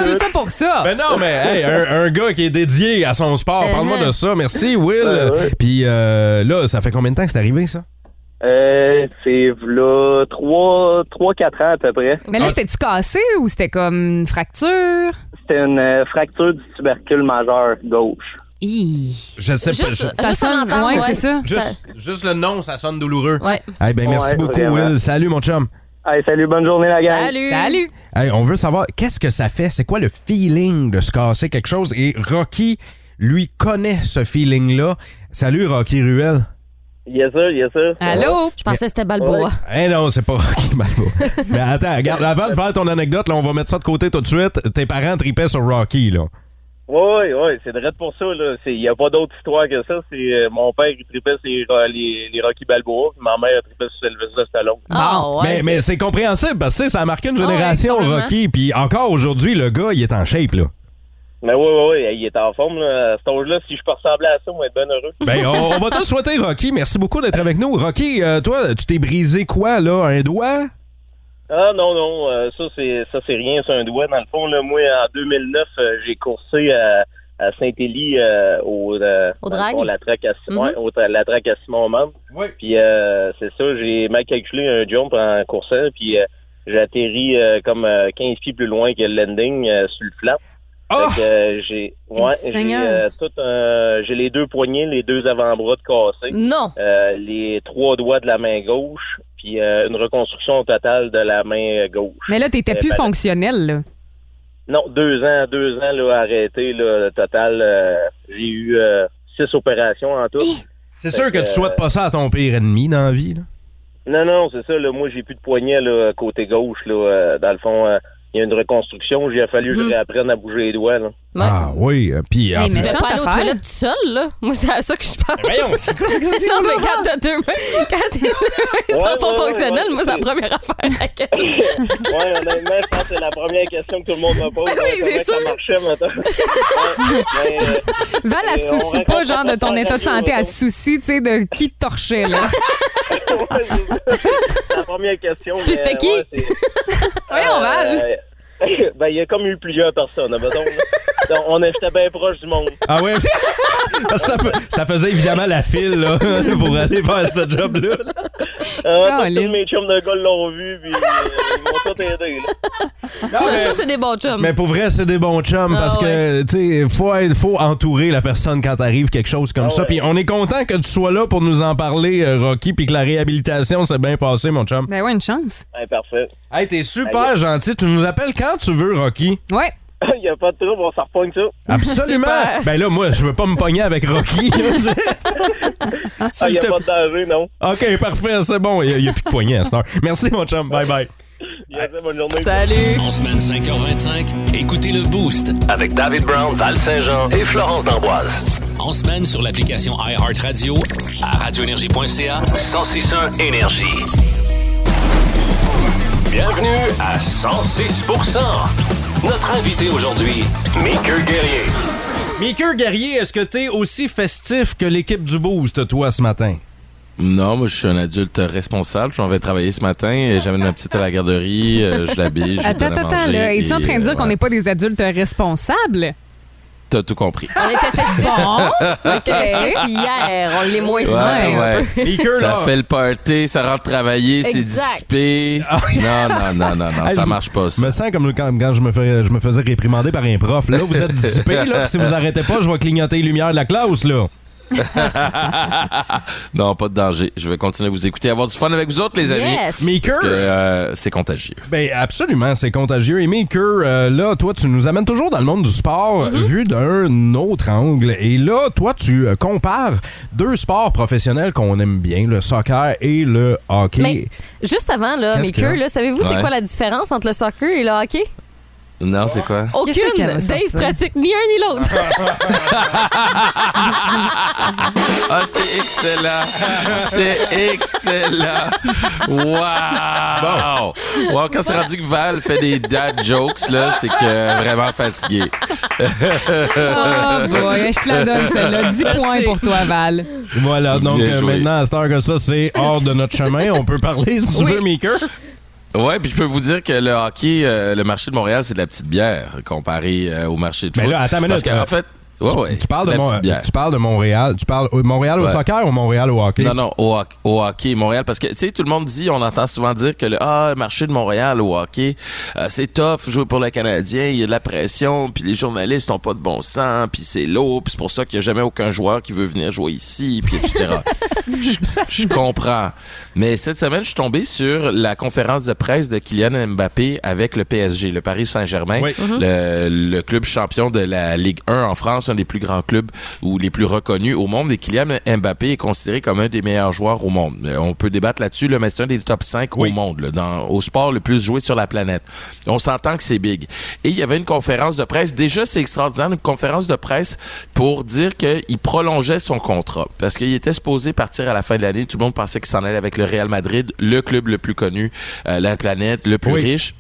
[SPEAKER 4] Tout ça pour ça.
[SPEAKER 2] Ben non, mais hey, un, un gars qui est dédié à son sport. Parle-moi de ça. Merci, Will. Puis euh, là, ça fait combien de temps que c'est arrivé, ça?
[SPEAKER 12] Euh, c'est là 3 trois quatre ans à peu près.
[SPEAKER 4] Mais
[SPEAKER 2] ah.
[SPEAKER 4] là, c'était-tu cassé ou c'était comme une fracture?
[SPEAKER 12] C'était une euh, fracture du tubercule majeur gauche.
[SPEAKER 2] Je sais
[SPEAKER 4] Juste-
[SPEAKER 2] je-
[SPEAKER 4] ça Juste sonne- l'entendre, ouais, ouais. c'est ça. Ça-
[SPEAKER 2] Juste, juste le nom, ça sonne douloureux.
[SPEAKER 3] Ouais.
[SPEAKER 2] Hey, ben, merci
[SPEAKER 12] Ouais,
[SPEAKER 2] beaucoup,
[SPEAKER 12] vraiment.
[SPEAKER 2] Will. Salut, mon chum.
[SPEAKER 12] Hey, salut, bonne journée la gang.
[SPEAKER 4] Salut.
[SPEAKER 2] Hey, on veut savoir qu'est-ce que ça fait, c'est quoi le feeling de se casser quelque chose et Rocky lui connaît ce feeling-là. Salut Rocky Ruel.
[SPEAKER 12] Yes sir, yes sir.
[SPEAKER 5] Ah.
[SPEAKER 3] Allô? Je pensais que c'était Balboa.
[SPEAKER 2] Eh non, c'est pas Rocky Balboa. Mais attends, regarde, avant de faire ton anecdote, là, on va mettre ça de côté tout de suite. Tes parents tripaient sur Rocky, là.
[SPEAKER 12] Oui, oui, c'est direct pour ça. Il n'y a pas d'autre histoire que ça. C'est euh, Mon père il tripait sur les, les, les Rocky Balboa, puis ma mère tripait sur Sylvester Stallone.
[SPEAKER 3] Ah,
[SPEAKER 2] Bon, Mais, mais c'est compréhensible parce que tu sais, ça a marqué une génération,
[SPEAKER 12] complètement.
[SPEAKER 2] Rocky. Puis encore aujourd'hui, le gars, il est en shape, là.
[SPEAKER 12] Mais oui, oui, oui, il est en forme. Là. À cet âge-là, si je peux ressembler à ça, on va être bien heureux.
[SPEAKER 2] Ben, on, on va te le souhaiter, Rocky. Merci beaucoup d'être avec nous. Rocky, euh, toi, tu t'es brisé quoi, là? Un doigt?
[SPEAKER 12] Ah non, non, euh, ça c'est ça c'est rien, c'est un doigt. Dans le fond, là, moi, en 2009, euh, j'ai coursé à, à Saint-Élie euh, au, euh,
[SPEAKER 3] Au
[SPEAKER 12] dans le
[SPEAKER 3] drag.
[SPEAKER 12] fond, la track à,
[SPEAKER 3] Mhm.
[SPEAKER 12] ouais, au tra- la track à Simon Mame. Puis euh, c'est ça, j'ai mal calculé un jump en coursant, puis euh, j'ai atterri euh, comme euh, 15 pieds plus loin que le landing euh, sur le flap. Fait que, euh, j'ai ouais, j'ai
[SPEAKER 3] Seigneur.
[SPEAKER 12] euh, tout un- j'ai les deux poignets, les deux avant-bras de cassés.
[SPEAKER 3] Non.
[SPEAKER 12] Euh, les trois doigts de la main gauche, puis euh, une reconstruction totale de la main euh, gauche.
[SPEAKER 4] Mais là, t'étais
[SPEAKER 2] Eh
[SPEAKER 12] Euh,
[SPEAKER 4] plus
[SPEAKER 12] ben,
[SPEAKER 4] fonctionnel, là.
[SPEAKER 12] Non, deux ans, deux ans là, arrêté, là, le total. euh, j'ai eu euh, six opérations en tout.
[SPEAKER 4] Eh!
[SPEAKER 2] C'est sûr que tu
[SPEAKER 12] euh,
[SPEAKER 2] souhaites pas ça à ton pire ennemi dans la vie, là.
[SPEAKER 12] Non, non, c'est ça. Là, moi, j'ai plus de poignet là, côté gauche. Là, euh, dans le fond, euh, il y a une reconstruction. J'ai fallu
[SPEAKER 4] Mhm.
[SPEAKER 12] que je réapprenne à bouger les doigts. Là.
[SPEAKER 2] Ah oui, euh, puis... en
[SPEAKER 3] Mais
[SPEAKER 2] fait-
[SPEAKER 3] tu vas pas aller aux
[SPEAKER 4] affaire.
[SPEAKER 3] toilettes tout seul, là. Moi, c'est à ça que je pense.
[SPEAKER 2] voyons, c'est quoi ça que c'est
[SPEAKER 3] Non, mais quand t'as deux mains, quand tes deux mains sont
[SPEAKER 12] Ouais,
[SPEAKER 3] pas
[SPEAKER 12] ouais, ouais,
[SPEAKER 3] fonctionnelles,
[SPEAKER 12] ouais,
[SPEAKER 3] moi, c'est la
[SPEAKER 12] c'est-
[SPEAKER 3] première affaire à laquelle.
[SPEAKER 12] ouais, honnêtement, je pense que c'est la première question que tout le monde me pose. hein,
[SPEAKER 3] Ben oui,
[SPEAKER 12] Comment
[SPEAKER 3] c'est
[SPEAKER 12] ça
[SPEAKER 3] sûr.
[SPEAKER 12] marchait, maintenant. Ouais, mais, euh,
[SPEAKER 4] Val,
[SPEAKER 12] Et
[SPEAKER 4] elle se
[SPEAKER 12] on
[SPEAKER 4] soucie
[SPEAKER 12] raconte
[SPEAKER 4] pas, genre, de ton
[SPEAKER 12] pas
[SPEAKER 4] état de
[SPEAKER 12] la
[SPEAKER 4] santé.
[SPEAKER 12] radio,
[SPEAKER 4] Elle se soucie, tu sais, de qui te torchait, là.
[SPEAKER 12] euh, la première question. euh,
[SPEAKER 4] Puis c'était qui?
[SPEAKER 12] Oui,
[SPEAKER 4] Voyons, Val.
[SPEAKER 12] ben, il y a comme eu plusieurs personnes. hein, mettons, là. Donc, on était bien proche du monde.
[SPEAKER 2] Ah ouais? Parce que ça, fa- ça faisait évidemment la file, là, pour aller faire ce job-là.
[SPEAKER 12] Euh, parce que tous mes chums de gars l'ont vu, puis euh, ils m'ont tout aidé. là.
[SPEAKER 3] Mais ça, c'est des bons chums.
[SPEAKER 2] Mais pour vrai, c'est des bons chums
[SPEAKER 3] Ah
[SPEAKER 2] parce que, tu sais, faut, être- faut entourer la personne quand arrive quelque chose comme ça. Puis on est content que tu sois là pour nous en parler, euh, Rocky, puis que la réhabilitation s'est bien passée, mon chum.
[SPEAKER 4] Ben ouais, une chance.
[SPEAKER 12] Ouais, parfait.
[SPEAKER 2] Hey, t'es super gentil. Tu nous appelles quand tu veux, Rocky.
[SPEAKER 4] Ouais.
[SPEAKER 12] Il n'y a pas de trouble, on s'en repogne ça.
[SPEAKER 2] Absolument.
[SPEAKER 12] Super.
[SPEAKER 2] Ben là, moi, je veux pas me pogner avec Rocky.
[SPEAKER 12] Ah, il n'y a
[SPEAKER 2] S'il te-
[SPEAKER 12] pas de danger, non.
[SPEAKER 2] OK, parfait, c'est bon. Il n'y a, plus de poignée à cette heure. Merci, mon chum. Bye bye.
[SPEAKER 12] Yes, bonne journée.
[SPEAKER 9] En semaine 5h25, écoutez le Boost.
[SPEAKER 10] Avec David Brown, Val Saint-Jean et Florence D'Amboise.
[SPEAKER 9] En semaine sur l'application iHeartRadio, à radioénergie.ca.
[SPEAKER 10] 1061 Énergie. Bienvenue à 106 Notre invité aujourd'hui, Maker Guerrier.
[SPEAKER 2] Mickey Guerrier, est-ce que t'es aussi festif que l'équipe du Boost, toi, ce matin?
[SPEAKER 13] Non, moi, je suis un adulte responsable. Je m'en vais travailler ce matin. et J'amène ma petite à la garderie. euh, Je l'habille, je lui
[SPEAKER 4] Attends,
[SPEAKER 13] donne à
[SPEAKER 4] attends, attends,
[SPEAKER 13] manger.
[SPEAKER 4] là. Es-tu en
[SPEAKER 13] et,
[SPEAKER 4] train de
[SPEAKER 13] euh,
[SPEAKER 4] dire qu'on n'est pas des adultes responsables?
[SPEAKER 13] T'as tout compris.
[SPEAKER 3] On était festifs.
[SPEAKER 4] Ah,
[SPEAKER 3] On était
[SPEAKER 13] Ok.
[SPEAKER 3] festifs hier. On l'est moins
[SPEAKER 13] Ouais,
[SPEAKER 3] ce matin, un
[SPEAKER 13] ouais.
[SPEAKER 3] peu.
[SPEAKER 13] ça fait le party, ça rentre travailler, c'est
[SPEAKER 3] Exact.
[SPEAKER 13] dissipé. Non, non, non, non, non,
[SPEAKER 2] Hey,
[SPEAKER 13] ça
[SPEAKER 2] je-
[SPEAKER 13] marche pas.
[SPEAKER 2] Je me sens comme quand, quand je, me fais- je me faisais réprimander par un prof. Là, vous êtes dissipé, là. puis si vous arrêtez pas, je vais clignoter les lumières de la classe, là.
[SPEAKER 13] non, pas de danger. Je vais continuer à vous écouter, avoir du fun avec vous autres, les amis.
[SPEAKER 2] Yes. Maker.
[SPEAKER 13] Parce que euh, c'est contagieux.
[SPEAKER 2] Ben absolument, c'est contagieux. Et Maker, euh, là, toi, tu nous amènes toujours dans le monde du sport vu d'un autre angle. Et là, toi, tu euh, compares deux sports professionnels qu'on aime bien, le soccer et le hockey.
[SPEAKER 3] Mais juste avant, là,
[SPEAKER 2] Qu'est-ce
[SPEAKER 3] Maker,
[SPEAKER 2] que-
[SPEAKER 3] là, savez-vous c'est
[SPEAKER 2] Ouais.
[SPEAKER 3] quoi la différence entre le soccer et le hockey?
[SPEAKER 13] Non, c'est quoi?
[SPEAKER 3] Aucune.
[SPEAKER 13] qu'elle va
[SPEAKER 3] Dave
[SPEAKER 13] sortir?
[SPEAKER 3] pratique ni un ni l'autre.
[SPEAKER 13] Ah, c'est excellent! C'est excellent! Wow! Wow, quand c'est rendu que Val fait des dad jokes, là, c'est que vraiment fatigué.
[SPEAKER 4] Oh boy, je te la donne celle-là. 10 points pour toi, Val.
[SPEAKER 2] Voilà, donc
[SPEAKER 13] Bien
[SPEAKER 2] euh,
[SPEAKER 13] joué.
[SPEAKER 2] maintenant, à cette heure que ça, c'est hors de notre chemin. On peut parler, si tu veux, Maker.
[SPEAKER 13] Ouais, puis je peux vous dire que le hockey, euh, le marché de Montréal, c'est de la petite bière comparé euh, au marché de
[SPEAKER 2] Mais
[SPEAKER 13] foot.
[SPEAKER 2] là, attends une
[SPEAKER 13] Parce
[SPEAKER 2] minute.
[SPEAKER 13] qu'en
[SPEAKER 2] euh,
[SPEAKER 13] fait, ouais,
[SPEAKER 2] tu,
[SPEAKER 13] ouais,
[SPEAKER 2] tu parles
[SPEAKER 13] c'est la
[SPEAKER 2] de Mon-
[SPEAKER 13] petite bière.
[SPEAKER 2] tu parles de Montréal. Tu parles au Montréal au
[SPEAKER 13] Ouais.
[SPEAKER 2] soccer ou Montréal au hockey?
[SPEAKER 13] Non, non, au, hoc- au hockey, Montréal. Parce que, tu sais, tout le monde dit, on entend souvent dire que le, ah, le marché de Montréal au hockey, euh, c'est tough, jouer pour le Canadien, il y a de la pression, puis les journalistes n'ont pas de bon sens, puis c'est lourd, puis c'est pour ça qu'il n'y a jamais aucun joueur qui veut venir jouer ici, puis etc. Je comprends. Mais cette semaine, je suis tombé sur la conférence de presse de Kylian Mbappé avec le PSG, le Paris Saint-Germain,
[SPEAKER 2] Oui. Mhm.
[SPEAKER 13] le, le club champion de la Ligue 1 en France, un des plus grands clubs ou les plus reconnus au monde. Et Kylian Mbappé est considéré comme un des meilleurs joueurs au monde. Euh, On peut débattre là-dessus, là, mais c'est un des top 5 au monde, là, dans, au sport le plus joué sur la planète. On s'entend que c'est big. Et il y avait une conférence de presse. Déjà, c'est extraordinaire, une conférence de presse pour dire qu'il prolongeait son contrat. Parce qu'il était supposé partir à la fin de l'année. Tout le monde pensait qu'il s'en allait avec le Real Madrid, le club le plus connu, euh, la planète, le plus riche.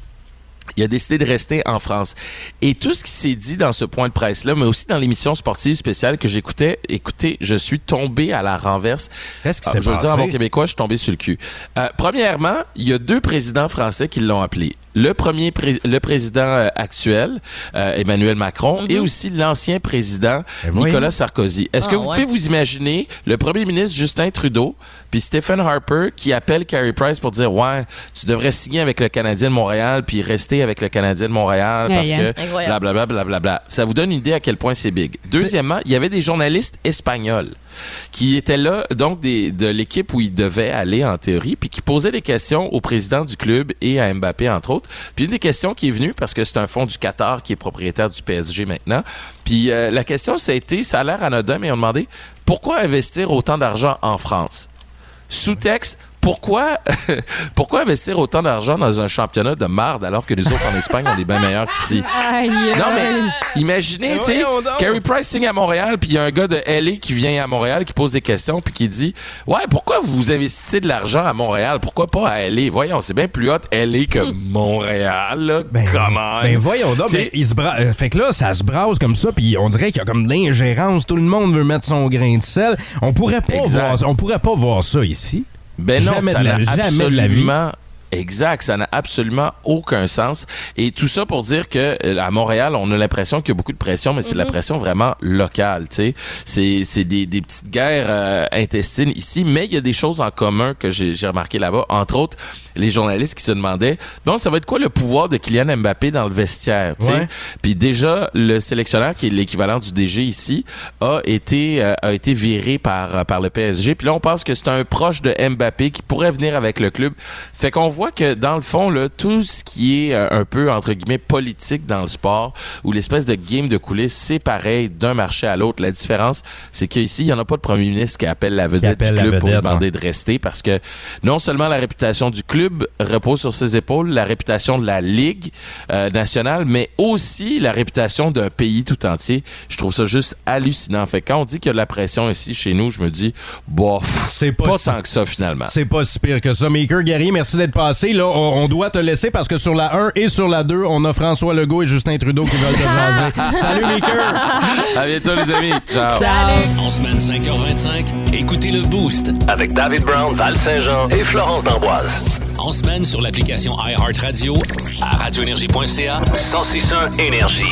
[SPEAKER 13] Il a décidé de rester en France. Et tout ce qui s'est dit dans ce point de presse-là, mais aussi dans l'émission sportive spéciale que j'écoutais, écoutez, je suis tombé à la renverse. Ah,
[SPEAKER 2] Qu'est-ce qui s'est
[SPEAKER 13] Je veux dire,
[SPEAKER 2] passé?
[SPEAKER 13] en bon québécois, je suis tombé sur le cul. Euh, premièrement, il y a deux présidents français qui l'ont appelé. Le premier, pré- le président euh, actuel, euh, Emmanuel Macron, et aussi l'ancien président,
[SPEAKER 2] Ben voyons.
[SPEAKER 13] Nicolas Sarkozy. Est-ce que
[SPEAKER 2] Ah,
[SPEAKER 13] vous
[SPEAKER 2] ouais.
[SPEAKER 13] pouvez vous imaginer le premier ministre Justin Trudeau puis Stephen Harper qui appelle Carey Price pour dire ouais tu devrais signer avec le Canadien de Montréal puis rester avec le Canadien de Montréal
[SPEAKER 2] Aïe,
[SPEAKER 13] parce
[SPEAKER 2] aïe.
[SPEAKER 13] que
[SPEAKER 2] Eh, Incroyable.
[SPEAKER 13] blablabla blablabla. Ça vous donne une idée à quel point c'est big. Deuxièmement, il y avait des journalistes espagnols qui étaient là donc des- de l'équipe où ils devaient aller en théorie puis qui posaient des questions au président du club et à Mbappé entre autres. Puis une des questions qui est venue parce que c'est un fonds du Qatar qui est propriétaire du PSG maintenant. Puis euh, la question ça a été ça a l'air anodin mais on demandait pourquoi investir autant d'argent en France sous-texte pourquoi, pourquoi investir autant d'argent dans un championnat de marde alors que les autres en Espagne ont des bien meilleurs qu'ici?
[SPEAKER 4] Aïe.
[SPEAKER 13] Non, mais imaginez, tu sais, Carey Price signe à Montréal, puis il y a un gars de LA qui vient à Montréal, qui pose des questions, puis qui dit Ouais, pourquoi vous investissez de l'argent à Montréal Pourquoi pas à LA Voyons, c'est bien plus hot LA que Montréal, là. Comment
[SPEAKER 2] Ben voyons donc,
[SPEAKER 13] Tu sais,
[SPEAKER 2] mais il se bra- euh, fait que là, ça se brasse comme ça, puis on dirait qu'il y a comme de l'ingérence, tout le monde veut mettre son grain de sel. On pourrait pas,
[SPEAKER 13] Exact.
[SPEAKER 2] voir, on pourrait pas voir ça ici.
[SPEAKER 13] Ben non,
[SPEAKER 2] jamais
[SPEAKER 13] ça
[SPEAKER 2] de la,
[SPEAKER 13] n'a
[SPEAKER 2] jamais de la vie.
[SPEAKER 13] absolument... Exact, ça n'a absolument aucun sens. Et tout ça pour dire que euh, à Montréal, on a l'impression qu'il y a beaucoup de pression, mais c'est de la pression vraiment locale. Tu sais, c'est c'est des, des petites guerres euh, intestines ici, mais il y a des choses en commun que j'ai j'ai remarqué là-bas. Entre autres, les journalistes qui se demandaient, bon, ça va être quoi le pouvoir de Kylian Mbappé dans le vestiaire tu sais?
[SPEAKER 2] Ouais.
[SPEAKER 13] Puis déjà, le sélectionneur, qui est l'équivalent du DG ici, a été, euh, a été viré par, euh, par le PSG. Puis là, on pense que c'est un proche de Mbappé qui pourrait venir avec le club. Fait qu'on voit que, dans le fond, là, tout ce qui est euh, un peu, entre guillemets, politique dans le sport, ou l'espèce de game de coulisses, c'est pareil d'un marché à l'autre. La différence, c'est qu'ici, il n'y en a pas de premier ministre qui appelle la vedette
[SPEAKER 2] appelle
[SPEAKER 13] du
[SPEAKER 2] la
[SPEAKER 13] club pour
[SPEAKER 2] vedette, hein.
[SPEAKER 13] demander de rester parce que non seulement la réputation du club repose sur ses épaules, la réputation de la Ligue euh, nationale, mais aussi la réputation d'un pays tout entier. Je trouve ça juste
[SPEAKER 2] hein.
[SPEAKER 13] hallucinant. Fait que quand on dit qu'il y a de la pression ici chez nous, je me dis, bof, c'est pas,
[SPEAKER 2] si-
[SPEAKER 13] tant que ça finalement.
[SPEAKER 2] C'est pas si pire que ça. Maker, Gary, merci d'être passé. Là, on, on doit te laisser parce que sur la 1 et sur la 2, on a François Legault et Justin Trudeau qui veulent te jaser. Salut, Maker!
[SPEAKER 13] À bientôt les amis. Ciao.
[SPEAKER 9] En semaine 5h25, écoutez le Boost.
[SPEAKER 10] Avec David Brown, Val Saint-Jean et Florence D'Amboise.
[SPEAKER 9] En semaine sur l'application iHeartRadio à radioénergie.ca
[SPEAKER 10] 1061 Énergie.